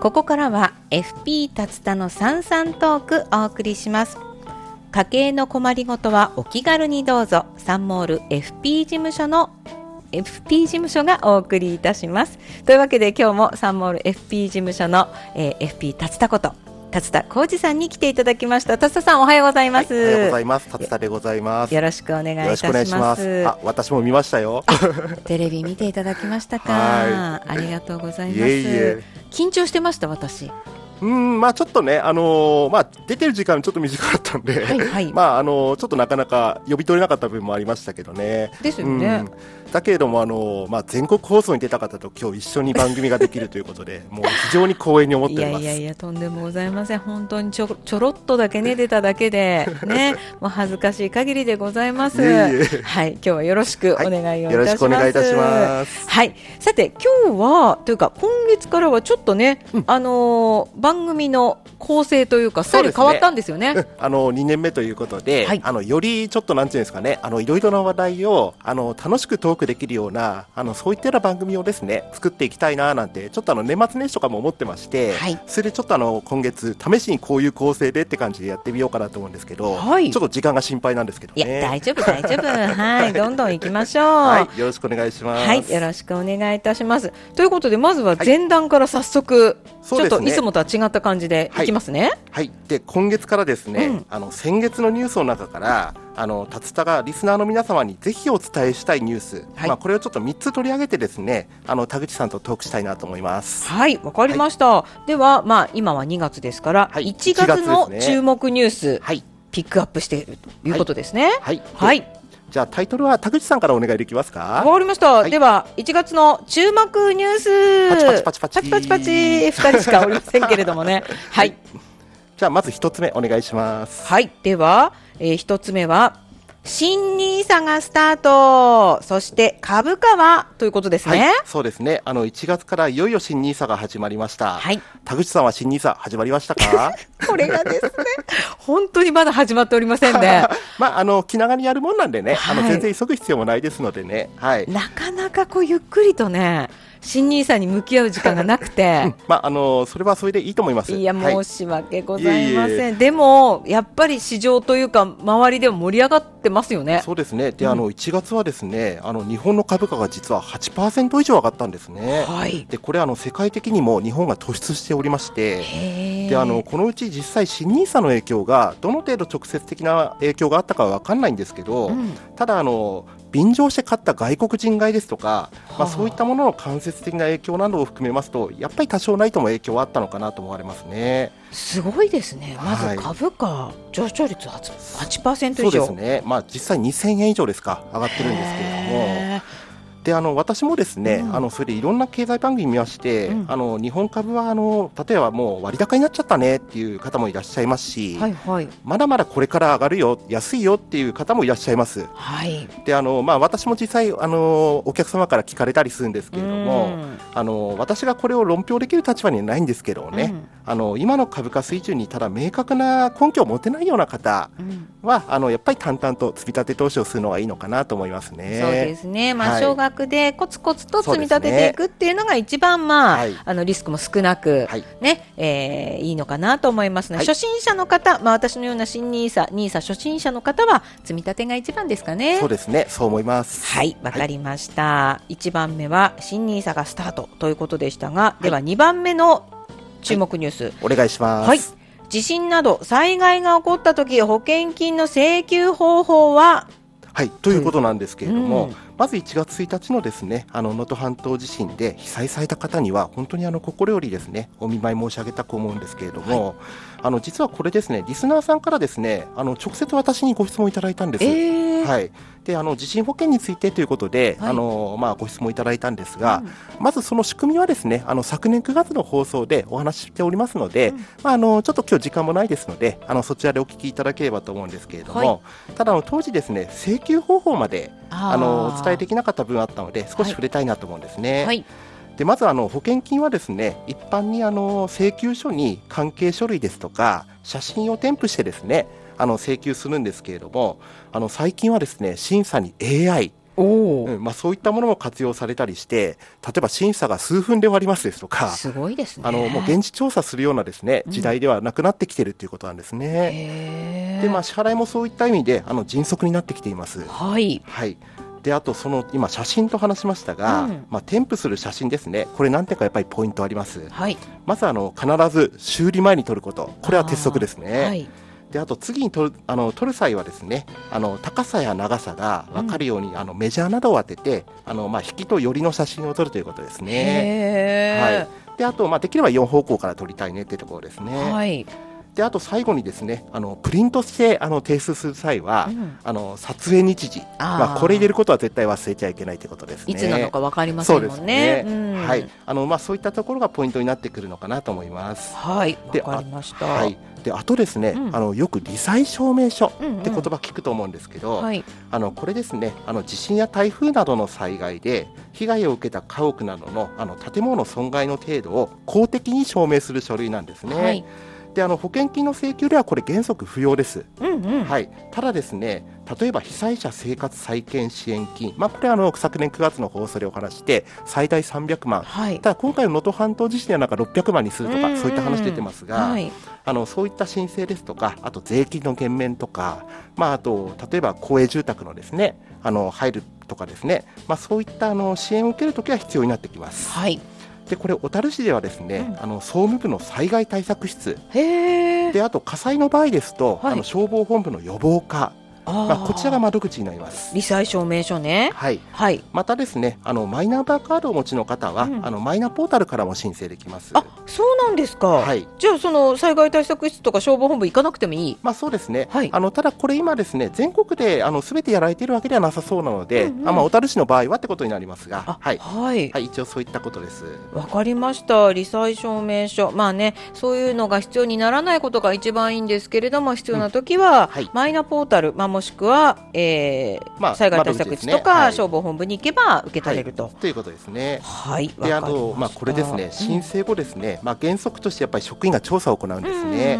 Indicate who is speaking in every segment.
Speaker 1: ここからは FP 達田の三々トークお送りします家計の困りごとはお気軽にどうぞサンモール FP 事務所の FP 事務所がお送りいたしますというわけで今日もサンモール FP 事務所の、えー FP 達田こと達田浩二さんに来ていただきました達田さんおはようございます、
Speaker 2: はい、おはようございます。達田でございます。
Speaker 1: よ
Speaker 2: よ
Speaker 1: ろしくお願いいた
Speaker 2: ろしくお願い
Speaker 1: し
Speaker 2: し
Speaker 1: ま
Speaker 2: ますす。あ、私も見ましたよ。
Speaker 1: テレビ見ていただきましたか
Speaker 2: は
Speaker 1: ありがとうござい
Speaker 2: い
Speaker 1: ます
Speaker 2: えいえ。
Speaker 1: 緊張してました私
Speaker 2: うん、まあちょっとね、あのーまあ出てる時間ちょっと短かったんで、
Speaker 1: はいはい
Speaker 2: まああのーちょっとなかなか呼び取れなかった部分もありましたけどね。
Speaker 1: ですよ
Speaker 2: うん
Speaker 1: ね、
Speaker 2: だけれども、あのーまあ、全国放送に出た方と今日一緒に番組ができるということでもう非常に光栄に思って
Speaker 1: い
Speaker 2: お
Speaker 1: や
Speaker 2: ります
Speaker 1: いやいやとんでもございません本当にちょちょろっとだけね出ただけ でねもう恥ずかしい限りでございます
Speaker 2: いえいえ
Speaker 1: はい今日はよろしくお
Speaker 2: は
Speaker 1: 願
Speaker 2: い
Speaker 1: いをい
Speaker 2: よろ
Speaker 1: た
Speaker 2: し
Speaker 1: し
Speaker 2: くお
Speaker 1: ます、
Speaker 2: 願いいたします
Speaker 1: はいさて今日はというか今月からはちょっとね、あのー番組の構成というかスタイル変わったんですよね
Speaker 2: うんあの2年目ということで、
Speaker 1: はい
Speaker 2: あのよりちょっとなんていうんですかね、あのいろいろな話題をあの楽しくトークできるような、あのそういったような番組をですね作っていきたいななんて、ちょっとあの年末年始とかも思ってまして、
Speaker 1: はい
Speaker 2: それでちょっとあの今月試しにこういう構成でって感じでやってみようかなと思うんですけど、
Speaker 1: はい
Speaker 2: ちょっと時間が心配なんですけど
Speaker 1: い
Speaker 2: ね。
Speaker 1: や大 丈夫大丈夫はいどんどん行きましょう
Speaker 2: はい、よろしくお願いします。
Speaker 1: はい、よろしくお願いいたします。ということで、まずは前段から早速、
Speaker 2: そう
Speaker 1: ちょっ
Speaker 2: ですね
Speaker 1: といつもとは違った感じでいきますね。
Speaker 2: はい、で今月からですね、
Speaker 1: うん
Speaker 2: あの先月のニュースの中からあの達田がリスナーの皆様にぜひお伝えしたいニュース、
Speaker 1: はい
Speaker 2: まあ、これをちょっと3つ取り上げてですねあの田口さんとトークしたいなと思います。
Speaker 1: はい、わかりました。では、まあ、今は2月ですから、
Speaker 2: はい
Speaker 1: 1月の
Speaker 2: 1月ですね
Speaker 1: 注目ニュース、
Speaker 2: はい、
Speaker 1: ピックアップしているということですね。
Speaker 2: はい、
Speaker 1: はい、
Speaker 2: じゃあタイトルは田口さんからお願いできます
Speaker 1: わ、
Speaker 2: か
Speaker 1: かりました、
Speaker 2: い
Speaker 1: では、1月の注目ニュース、
Speaker 2: パチパチパチパチ
Speaker 1: パチパチパチ2人しかおりませんけれども ね。はい
Speaker 2: じゃあまず一つ目お願いします。
Speaker 1: はい、では、えー一つ目は、新ニーサがスタート、そして株価はということです
Speaker 2: はい
Speaker 1: ね。、
Speaker 2: そうですね。あの1月からいよいよ新ニーサが始まりました。
Speaker 1: はい
Speaker 2: 田口さんは新ニーサ始まりました か？
Speaker 1: これがですね、本当にまだ始まっておりません ね。
Speaker 2: まああの気長にやるもんなんでね、あ
Speaker 1: は
Speaker 2: の
Speaker 1: い
Speaker 2: 全然急ぐ必要もないですのでね。はい。
Speaker 1: なかなかこうゆっくりとね、新ニーサに向き合う時間がなく て。
Speaker 2: まああのそれはそれでいいと思います。
Speaker 1: いや、
Speaker 2: はい
Speaker 1: 申し訳ございません。
Speaker 2: いえ
Speaker 1: でも、やっぱり市場というか、周りでも盛り上がってますよね。
Speaker 2: そうですね。で、あの1月はですね、あの日本の株価が実は8%以上上がったんですね。
Speaker 1: はい。
Speaker 2: で、これあの世界的にも日本が突出しておりまし
Speaker 1: へ
Speaker 2: て。
Speaker 1: ー
Speaker 2: であのこのうち実際、新ニーサの影響がどの程度直接的な影響があったかは分かんないんですけど、
Speaker 1: うん
Speaker 2: ただあの、便乗して買った外国人買いですとか、
Speaker 1: は
Speaker 2: ま
Speaker 1: あ
Speaker 2: あ、そういったものの間接的な影響などを含めますと、やっぱり多少ないとも影響はあったのかなと思われますね。
Speaker 1: すごいですね。まず
Speaker 2: はい
Speaker 1: 株価、上昇率8%
Speaker 2: そ
Speaker 1: 以
Speaker 2: うで
Speaker 1: 上。
Speaker 2: すね、まあ、実際2000円以上ですか、上がってるんですけれども。
Speaker 1: へー
Speaker 2: であの私もですね、
Speaker 1: うん
Speaker 2: あのそれでいろんな経済番組見まして、
Speaker 1: うん
Speaker 2: あの日本株はあの例えばもう割高になっちゃったねっていう方もいらっしゃいますし、
Speaker 1: はいはい
Speaker 2: まだまだこれから上がるよ安いよっていう方もいらっしゃいます
Speaker 1: はい。
Speaker 2: であの、まあ、私も実際あのお客様から聞かれたりするんですけれど
Speaker 1: う
Speaker 2: も
Speaker 1: ん
Speaker 2: あの私がこれを論評できる立場にはないんですけどね、
Speaker 1: うん
Speaker 2: あの今の株価水準にただ明確な根拠を持てないような方
Speaker 1: うん
Speaker 2: はあのやっぱり淡々と積み立て投資をするのがいいのかなと思いますね。
Speaker 1: そうですね、まあ、
Speaker 2: はい
Speaker 1: 少額でコツコツと積み立てていくっていうのが一番、まあ
Speaker 2: はい
Speaker 1: あのリスクも少なく、
Speaker 2: はい
Speaker 1: ねえーいいのかなと思いますので、
Speaker 2: はい
Speaker 1: 初心者の方、まあ、私のような新ニーサニーサ初心者の方は積み立てが一番ですかね
Speaker 2: そう。ですね、そう思います。
Speaker 1: はい、わかりました、一番目は新ニーサがスタートということでしたが、では二番目の注目ニュース、
Speaker 2: お願いします。
Speaker 1: はい。地震など災害が起こった時保険金の請求方法は
Speaker 2: はいということなんですけれども、
Speaker 1: うん
Speaker 2: まず1月1日のですね、あの能登半島地震で被災された方には本当にあの心よりですね、お見舞い申し上げたく思うんですけれども、あの実はこれですね、リスナーさんからですね、あの直接私にご質問いただいたんです。
Speaker 1: えー
Speaker 2: はい、であの地震保険についてということで、
Speaker 1: はい
Speaker 2: あのまあ、ご質問いただいたんですが、まずその仕組みはですねあの昨年9月の放送でお話ししておりますので、まあ、あのちょっと今日時間もないですのであのそちらでお聞きいただければと思うんですけれども、
Speaker 1: は
Speaker 2: ただあの当時ですね請求方法まで
Speaker 1: あー
Speaker 2: あのお伝えできなかった分あったので少し触れたいなと思うんですね。
Speaker 1: はい、
Speaker 2: でまずあの保険金はですね一般にあの請求書に関係書類ですとか写真を添付してですねあの請求するんですけれどもあの最近はですね審査に AI
Speaker 1: おお、
Speaker 2: うんまあ、そういったものも活用されたりして、例えば審査が数分で終わりますですとか、
Speaker 1: すごいですね。
Speaker 2: あのもう現地調査するようなですね
Speaker 1: うん
Speaker 2: 時代ではなくなってきてるということなんですね。
Speaker 1: へー
Speaker 2: で、まあ、支払いもそういった意味であの迅速になってきています。
Speaker 1: はい。
Speaker 2: はいであとその今、写真と話しましたが、
Speaker 1: うん
Speaker 2: まあ、添付する写真ですね、これ、何点かやっぱりポイントあります、
Speaker 1: はい。
Speaker 2: まずあの必ず修理前に撮ること、これは鉄則ですね、
Speaker 1: はい。
Speaker 2: であと次に撮るあの撮る際はですねあの高さや長さが分かるように、あのメジャーなどを当ててあの、まあ、引きと寄りの写真を撮るということですね。
Speaker 1: へ
Speaker 2: はい、であと、まあ、できれば4方向から撮りたいねってところですね。
Speaker 1: え。はい。
Speaker 2: であと最後にですねあのプリントしてあの提出する際は、
Speaker 1: うん
Speaker 2: あの撮影日時
Speaker 1: あー
Speaker 2: まあ、これ入れることは絶対忘れちゃいけないということですね。
Speaker 1: いつなのかわかりませ
Speaker 2: そうんで
Speaker 1: も
Speaker 2: す
Speaker 1: んね
Speaker 2: ね。。
Speaker 1: うん
Speaker 2: はい。あのまあそういったところがポイントになってくるのかなと思います。
Speaker 1: はい。
Speaker 2: で
Speaker 1: わかりました。
Speaker 2: はい。であとですね、
Speaker 1: うん
Speaker 2: あのよく罹災証明書って
Speaker 1: うんうん
Speaker 2: 言葉聞くと思うんですけど、
Speaker 1: はい。
Speaker 2: あのこれですねあの地震や台風などの災害で被害を受けた家屋などのあの建物損害の程度を公的に証明する書類なんですね。
Speaker 1: はい。
Speaker 2: であの保険金の請求ではこれ原則不要です。
Speaker 1: うんうん。
Speaker 2: はい、ただですね、例えば被災者生活再建支援金、まあ、これはあの昨年9月の放送でお話して、最大300万、
Speaker 1: はい。
Speaker 2: ただ今回の能登半島地震ではなんか600万にすると
Speaker 1: うんうん
Speaker 2: か、そういった話出てますが、
Speaker 1: はい。
Speaker 2: あのそういった申請ですとか、あと税金の減免とか、まあ、あと例えば公営住宅のですねあの入るとかですね、まあ、そういったあの支援を受けるときは必要になってきます。
Speaker 1: はい。
Speaker 2: でこれ小樽市ではですね、
Speaker 1: う
Speaker 2: あの総務部の災害対策室
Speaker 1: へえ。
Speaker 2: であと火災の場合ですと、
Speaker 1: はい
Speaker 2: あの消防本部の予防課
Speaker 1: あ
Speaker 2: まあ、
Speaker 1: ー
Speaker 2: こちらが窓口になります。
Speaker 1: 罹災証明書ね。
Speaker 2: はい、
Speaker 1: はい。
Speaker 2: またですねあのマイナンバーカードをお持ちの方は、
Speaker 1: うん
Speaker 2: あのマイナポータルからも申請できます。
Speaker 1: あ、そうなんですか。
Speaker 2: はい
Speaker 1: じゃあその災害対策室とか消防本部行かなくてもいい。
Speaker 2: まあそうですね、
Speaker 1: はい
Speaker 2: あのただこれ今ですね全国であの全てやられているわけではなさそうなので、
Speaker 1: うんうん
Speaker 2: あまあ、小樽市の場合はってことになります
Speaker 1: あ
Speaker 2: が、はい
Speaker 1: はい
Speaker 2: は。い、一応そういったことです。
Speaker 1: わかりました。罹災証明書。まあね、そういうのが必要にならないことが一番いいんですけれども、必要な時は、
Speaker 2: んはい
Speaker 1: マイナポータル、まあ、もしくは、えー
Speaker 2: まあ
Speaker 1: 災害対策室と
Speaker 2: 窓口ですね
Speaker 1: か、
Speaker 2: はい
Speaker 1: 消防本部に行けば受けられる
Speaker 2: は
Speaker 1: と
Speaker 2: い。ということですね。
Speaker 1: はい、わ、
Speaker 2: であ
Speaker 1: かりまし
Speaker 2: の
Speaker 1: た。
Speaker 2: まあ、これですね、申請後、ですね、まあ、原則としてやっぱり職員が調査を行うん
Speaker 1: うん
Speaker 2: ですね、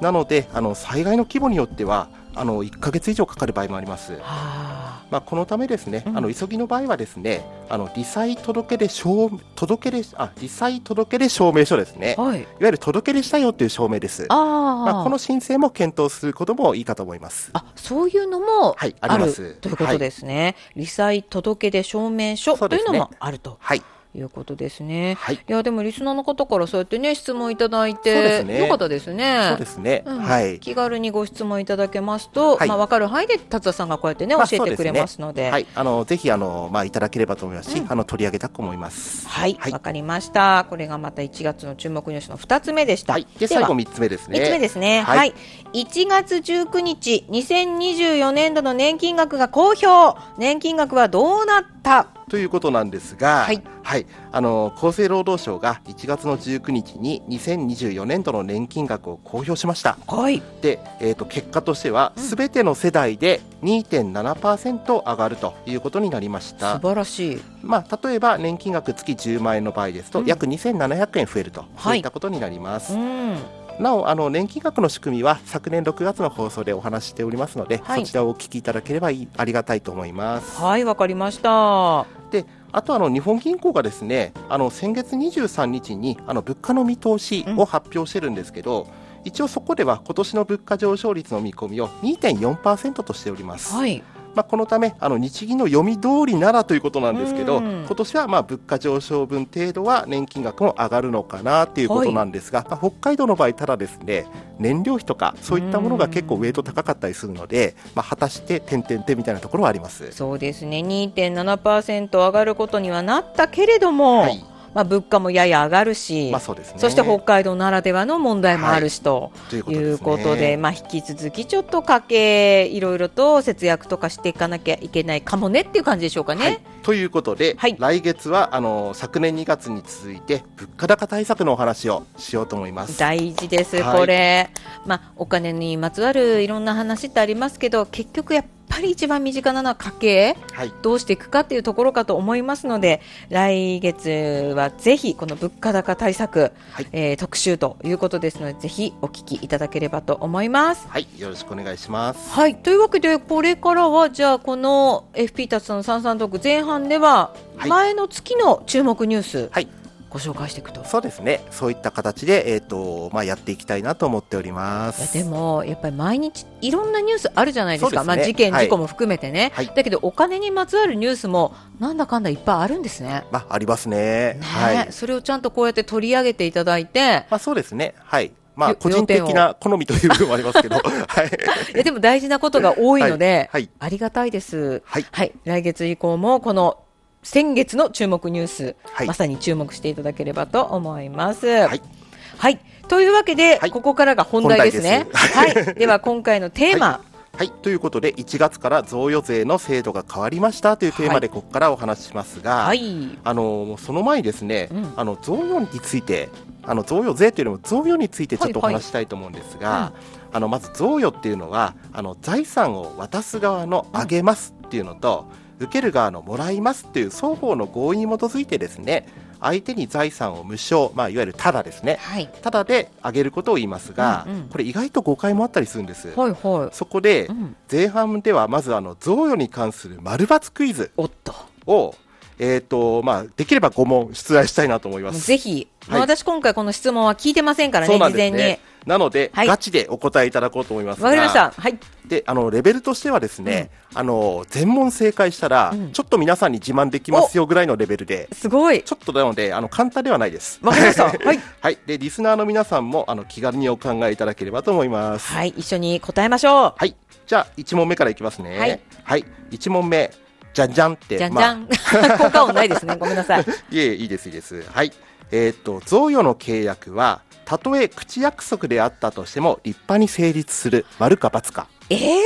Speaker 2: なのであの、災害の規模によっては、あの1か月以上かかる場合もあります。
Speaker 1: は
Speaker 2: まあ、このためですね、
Speaker 1: うん
Speaker 2: あの急ぎの場合はですね、あの罹災届出証届出あ罹災届出証明書ですね。
Speaker 1: あ、はい。
Speaker 2: いわゆる届出したよという証明です。
Speaker 1: あ、
Speaker 2: ま
Speaker 1: あ、
Speaker 2: あ、この申請も検討することもいいかと思います。
Speaker 1: あ、そういうのも
Speaker 2: はい、あ
Speaker 1: あ
Speaker 2: りま
Speaker 1: る
Speaker 2: す。
Speaker 1: ということ
Speaker 2: はい
Speaker 1: ですね。罹災届出証明書
Speaker 2: そう
Speaker 1: と
Speaker 2: で
Speaker 1: い
Speaker 2: す
Speaker 1: う
Speaker 2: ね
Speaker 1: のもあると
Speaker 2: はい、
Speaker 1: いうことですね。
Speaker 2: はい、
Speaker 1: いやでもリスナーの方からそうやってね質問いただい
Speaker 2: そうで
Speaker 1: て、
Speaker 2: すね
Speaker 1: よかったですね。
Speaker 2: そうですね。
Speaker 1: うん
Speaker 2: はい、
Speaker 1: 気軽にご質問いただけますと、
Speaker 2: はい
Speaker 1: まあ、分かる範囲で達田さんがこうやってね、
Speaker 2: まあ
Speaker 1: 教えてくれますので。
Speaker 2: はい、あのぜひあのまあいただければと思いますし、
Speaker 1: うん
Speaker 2: あの取り上げたく思います。
Speaker 1: はい、わ、
Speaker 2: はい
Speaker 1: かりました。これがまた1月の注目ニュースの2つ目でした。
Speaker 2: はい、で
Speaker 1: で
Speaker 2: 最
Speaker 1: は
Speaker 2: 後三つ目ですね。
Speaker 1: 3つ目ですね。は、
Speaker 2: はいい
Speaker 1: 1月19日、2024年度の年金額が公表。年金額はどうなった
Speaker 2: ということなんですが、
Speaker 1: はい
Speaker 2: あの厚生労働省が1月の19日に2024年度の年金額を公表しました。
Speaker 1: はい。
Speaker 2: で、えー、と結果としては、
Speaker 1: うん
Speaker 2: すべての世代で2.7%上がるということになりまし
Speaker 1: 素
Speaker 2: た、
Speaker 1: 晴らしい。
Speaker 2: まあ、例えば年金額月10万円の場合ですと、
Speaker 1: うん
Speaker 2: 約2700円増えると、そういったことになりま
Speaker 1: う
Speaker 2: す。
Speaker 1: ん。
Speaker 2: なおあの、年金額の仕組みは昨年6月の放送でお話ししておりますので、
Speaker 1: はい
Speaker 2: そちらをお聞きいただければいいありがたいと思います。
Speaker 1: はい、わかりました。
Speaker 2: であとあの日本銀行がですねあの先月23日にあの物価の見通しを発表してるんですけど、一応そこでは今年の物価上昇率の見込みを2.4%としております、
Speaker 1: はい。
Speaker 2: まあ、このためあの日銀の読み通りならということなんですけど、
Speaker 1: うん
Speaker 2: 今年はまあ物価上昇分程度は年金額も上がるのかなということなんですが、まあ北海道の場合ただですね燃料費とかそういったものが結構ウェイト高かったりするので、まあ、果たして点々点みたいなところはあります。
Speaker 1: そうですね。2.7%上がることにはなったけれども、
Speaker 2: はい
Speaker 1: まあ、物価もやや上がるし、
Speaker 2: まあそうですね、
Speaker 1: そして北海道ならではの問題もあるし、と
Speaker 2: というこ
Speaker 1: い
Speaker 2: とですね
Speaker 1: うことで、まあ、引き続きちょっと家計、いろいろと節約とかしていかなきゃいけないかもねっていう感じでしょうかね。
Speaker 2: はい、ということで、
Speaker 1: はい
Speaker 2: 来月はあの昨年2月に続いて物価高対策のお話をしようと思います。
Speaker 1: 大事です、
Speaker 2: はい
Speaker 1: これ、まあ、お金にまつわるいろんな話ってありますけど結局やっぱり一番身近なのは家計
Speaker 2: はい、
Speaker 1: どうしていくかっていうところかと思いますので来月はぜひこの物価高対策、
Speaker 2: はい
Speaker 1: えー特集ということですのでぜひお聞きいただければと思います。
Speaker 2: はい、よろしくお願いします。
Speaker 1: はいというわけでこれからはじゃあこの FP たちの三三トーク前半では
Speaker 2: はい
Speaker 1: 前の月の注目ニュース
Speaker 2: はい
Speaker 1: ご紹介していくと。
Speaker 2: そうですね。そういった形で、えっ、と、まあ、やっていきたいなと思っておりま
Speaker 1: いや
Speaker 2: す。
Speaker 1: でもやっぱり毎日いろんなニュースあるじゃないですか
Speaker 2: そうですね
Speaker 1: まあ、事件、
Speaker 2: はい
Speaker 1: 事故も含めてね、
Speaker 2: はい
Speaker 1: だけどお金にまつわるニュースもなんだかんだいっぱいあるんですね。
Speaker 2: まあ、ありますね。
Speaker 1: ね
Speaker 2: はい。
Speaker 1: それをちゃんとこうやって取り上げていただいて
Speaker 2: まあ、そうですね。はい。まあ、
Speaker 1: よ
Speaker 2: 個人的な好みという部分もありま すけど。はい。
Speaker 1: いやでも大事なことが多いので、
Speaker 2: はい。
Speaker 1: ありがたいです。
Speaker 2: はい。
Speaker 1: はい、来月以降もこの先月の注目ニュース、
Speaker 2: はい
Speaker 1: まさに注目していただければと思います。
Speaker 2: い
Speaker 1: はいというわけで、
Speaker 2: はい
Speaker 1: ここからが本題ですね。はい、 では今回のテーマ、
Speaker 2: はい。ということで、1月から贈与税の制度が変わりましたというテーマで、ここからお話ししますが、
Speaker 1: はい、
Speaker 2: あの、その前にですね、
Speaker 1: うん
Speaker 2: あの、贈与について、あの贈与税というよりも贈与についてちょっとお
Speaker 1: はいはい
Speaker 2: 話ししたいと思うんですが、あのまず贈与っていうのはあの財産を渡す側のあげますっていうのと、受ける側のもらいますっていう双方の合意に基づいてですね相手に財産を無償、まあ、いわゆるタダですね
Speaker 1: はい、
Speaker 2: タダであげることを言いますが、
Speaker 1: うんうん
Speaker 2: これ意外と誤解もあったりするんです、
Speaker 1: はい、は
Speaker 2: そこで
Speaker 1: い、うん、
Speaker 2: 前半ではまずあの贈与に関する丸×クイズ
Speaker 1: おっと、
Speaker 2: を、えーとまあ、できれば5問出題したいなと思い
Speaker 1: も
Speaker 2: ま
Speaker 1: う
Speaker 2: す
Speaker 1: ぜひ、
Speaker 2: はい
Speaker 1: 私今回この質問は聞いてませんから
Speaker 2: そ
Speaker 1: ね、
Speaker 2: うなん
Speaker 1: 事
Speaker 2: で
Speaker 1: 前に。
Speaker 2: すねなので、
Speaker 1: はい
Speaker 2: ガチでお答えいただこうと思いますが
Speaker 1: わかりました。はい、
Speaker 2: であのレベルとしてはですね、あの全問正解したら、
Speaker 1: うん
Speaker 2: ちょっと皆さんに自慢できますよぐらいのレベルです
Speaker 1: ごい。
Speaker 2: ちょっとなのであの簡単ではないです。
Speaker 1: わかりました。はい。
Speaker 2: はい、でリスナーの皆さんもあの気軽にお考えいただければと思います。
Speaker 1: はい、一緒に答えましょう。
Speaker 2: はい、じゃあ1問目からいきますね。
Speaker 1: はい、
Speaker 2: 1問目じゃんじゃんって
Speaker 1: じゃんじ
Speaker 2: ま
Speaker 1: ゃ
Speaker 2: あ
Speaker 1: ん。 効果音ないですね。ごめんな さい。
Speaker 2: いえいえいいですいいです。はい。えーっと贈与の契約はたとえ口約束であったとしても立派に成立する丸か×か。
Speaker 1: えー、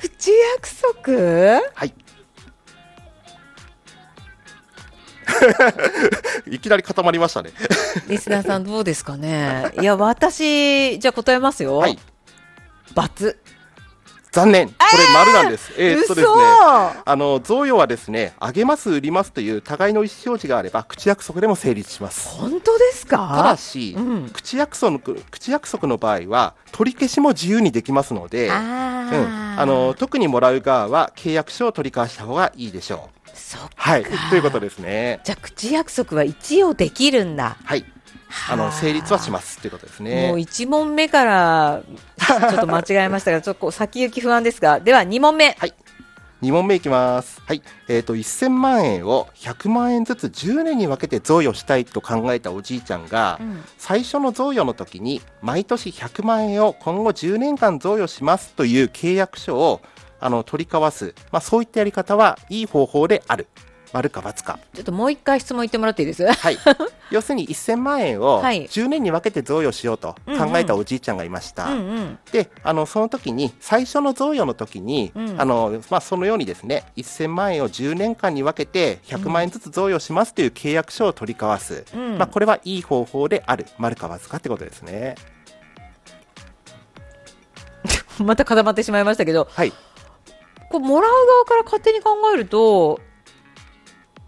Speaker 1: 口約束
Speaker 2: はい。 いきなり固まりましたね。
Speaker 1: リスナーさんどうですかね。いや、私、じゃあ答えますよ。
Speaker 2: はい。
Speaker 1: 罰。
Speaker 2: 残念。これ丸なんです。えーっと
Speaker 1: 嘘
Speaker 2: ですね。あの贈与はですね、あげます、売りますという互いの意思表示があれば、口約束でも成立します。
Speaker 1: 本当です
Speaker 2: ただ
Speaker 1: か
Speaker 2: し、
Speaker 1: うん
Speaker 2: 口約束の口約束の場合は、取り消しも自由にできますので、
Speaker 1: あ
Speaker 2: うん、
Speaker 1: ー
Speaker 2: あの特にもらう側は契約書を取り交わした方がいいでしょう。
Speaker 1: そっ
Speaker 2: はい、
Speaker 1: か
Speaker 2: ということですね。
Speaker 1: じゃあ、口約束は一応できるんだ。
Speaker 2: はい、あの成立はし
Speaker 1: ま
Speaker 2: ますということですね。
Speaker 1: もう一問目から、ちょっと間違えましたが、ちょっとこう先行き不安ですが、では二問目。
Speaker 2: はい。2問目いきます。はい。えっ、と、1000万円を100万円ずつ10年に分けて贈与したいと考えたおじいちゃんが、
Speaker 1: うん
Speaker 2: 最初の贈与の時に、毎年100万円を今後10年間贈与しますという契約書を、あの、取り交わす。まあ、そういったやり方はいい方法である。丸か×か。
Speaker 1: ちょっともう一回質問言ってもらっていいです
Speaker 2: はい。要するに1000万円を
Speaker 1: はい
Speaker 2: 10年に分けて贈与しようと考えたおじいちゃんがいました。
Speaker 1: うんうん。
Speaker 2: であのその時に最初の贈与の時に、
Speaker 1: うん
Speaker 2: あのまあ、そのようにですね1000万円を10年間に分けて100万円ずつ贈与しますという契約書を取り交わす、
Speaker 1: うん
Speaker 2: まあ、これはいい方法である丸か×かってことですね
Speaker 1: また固まってしまいましたけど、
Speaker 2: はい
Speaker 1: こうもらう側から勝手に考えると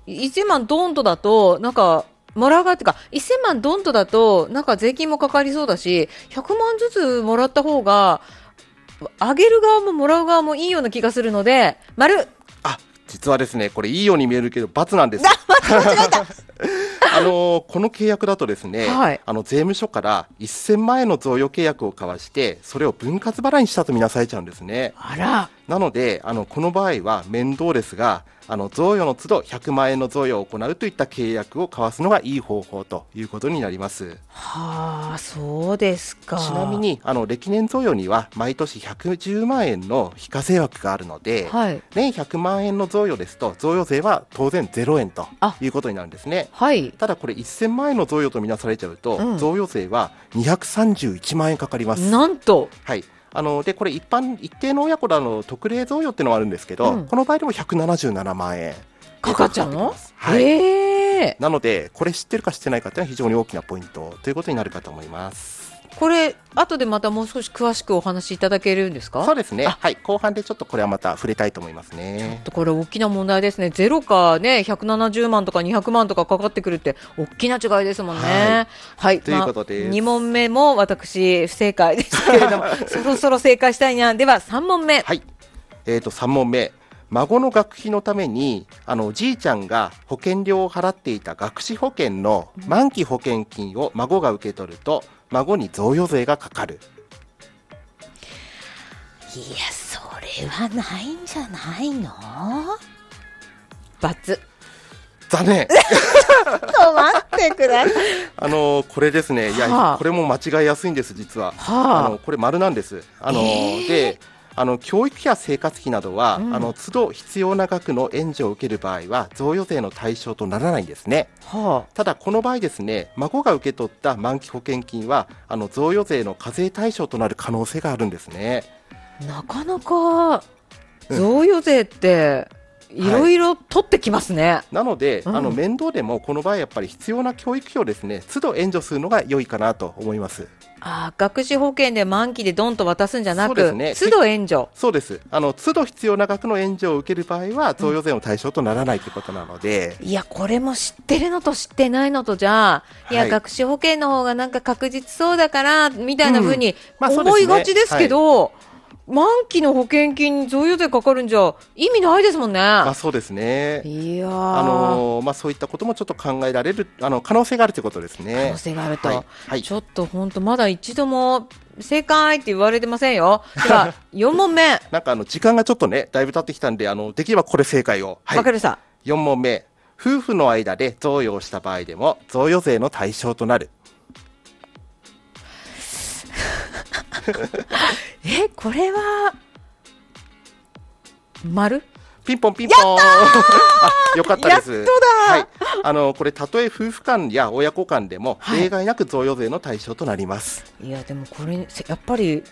Speaker 1: 1000万ドンとだとなんかもらう側っていうか1000万ドンとだとなんか税金もかかりそうだし100万ずつもらった方があげる側ももらう側もいいような気がするので丸
Speaker 2: あ実はですねこれいいように見えるけど×なんです あのーこの契約だとですね、
Speaker 1: はい
Speaker 2: あの税務署から1000万円の贈与契約を交わしてそれを分割払いにしたとみなされちゃうんですね
Speaker 1: あら
Speaker 2: なのであのこの場合は面倒ですがあの贈与の都度100万円の贈与を行うといった契約を交わすのがいい方法ということになります
Speaker 1: はあそうですか
Speaker 2: ちなみにあの歴年贈与には毎年110万円の非課税枠があるので、
Speaker 1: はい
Speaker 2: 年100万円の贈与ですと贈与税は当然0円と
Speaker 1: あ
Speaker 2: いうことになるんですね
Speaker 1: はい
Speaker 2: ただこれ1000万円の贈与とみなされちゃうと、
Speaker 1: うん
Speaker 2: 贈与税は231万円かかります
Speaker 1: なんと
Speaker 2: はい、あのでこれ一般一定の親子らの特例贈与っていうのはあるんですけど、
Speaker 1: うん
Speaker 2: この場合でも177万円
Speaker 1: かかっちゃうの、
Speaker 2: はい
Speaker 1: ええ
Speaker 2: なのでこれ知ってるか知ってないかっていうのは非常に大きなポイントということになるかと思います
Speaker 1: これ後でまたもう少し詳しくお話しいただけるんですか
Speaker 2: そうですね、
Speaker 1: あ
Speaker 2: はい、後半でちょっとこれはまた触れたいと思いますね。
Speaker 1: これ大きな問題ですね、ゼロかね、170万とか200万とかかかってくるって、大きな違いですもんね。はい、
Speaker 2: ということです
Speaker 1: 2問目も私、不正解でしたけれど も、そろそろ正解したいな、では3問目、
Speaker 2: はい、えー、と3問目孫の学費のためにあのじいちゃんが保険料を払っていた学資保険の満期保険金を孫が受け取ると孫に贈与税がかかる
Speaker 1: いや、それはないんじゃないの罰
Speaker 2: 残念
Speaker 1: ちょっと待ってください。
Speaker 2: あのこれですねいや、
Speaker 1: はあ
Speaker 2: これも間違いやすいんです実は、
Speaker 1: はあ
Speaker 2: あのこれ丸なんですあの、
Speaker 1: ええ
Speaker 2: であの教育費や生活費などは、
Speaker 1: うん
Speaker 2: あの都度必要な額の援助を受ける場合は贈与税の対象とならないんですね
Speaker 1: は
Speaker 2: ただこの場合ですね孫が受け取った満期保険金はあの贈与税の課税対象となる可能性があるんですね
Speaker 1: あ、なかなか贈与税って、いろいろ取ってきますね。
Speaker 2: なので、
Speaker 1: うん
Speaker 2: あの面倒でもこの場合やっぱり必要な教育費をですね都度援助するのが良いかなと思います
Speaker 1: ああ学資保険で満期でドンと渡すんじゃな
Speaker 2: そう
Speaker 1: く、
Speaker 2: で
Speaker 1: 都
Speaker 2: すね
Speaker 1: 度援助。
Speaker 2: そうですあの都度必要な額の援助を受ける場合は贈与税の対象とならないということなので、
Speaker 1: いや、これも知ってるのと知ってないのとじゃ、い、や、
Speaker 2: はい
Speaker 1: 学習保険の方がなんか確実そうだから、みたいなふうに
Speaker 2: まあそうです
Speaker 1: 思
Speaker 2: ね
Speaker 1: いがちですけど、満期の保険金に贈与税かかるんじゃ意味ないですもんね。
Speaker 2: まあ、そうですね
Speaker 1: いやー、
Speaker 2: あのまあ、そういったこともちょっと考えられるあの可能性があるということです
Speaker 1: 可
Speaker 2: ね
Speaker 1: 能性があると。
Speaker 2: はいはい
Speaker 1: ちょっと本当まだ一度も正解って言われてませんよ。で は、4問目。わ、
Speaker 2: なんかあの時間がちょっとねだいぶ経ってきたんであのできればこれ正解を、はい、
Speaker 1: かりました。
Speaker 2: 4問目夫婦の間で贈与をした場合でも贈与税の対象となる
Speaker 1: え、これは、丸
Speaker 2: ピンポンピンポンあよかったです
Speaker 1: やっとだ
Speaker 2: はい、あのこれたとえ夫婦間や親子間でも
Speaker 1: はい
Speaker 2: 例外なく贈与税の対象となります、
Speaker 1: いや、でもこれ、せやっぱり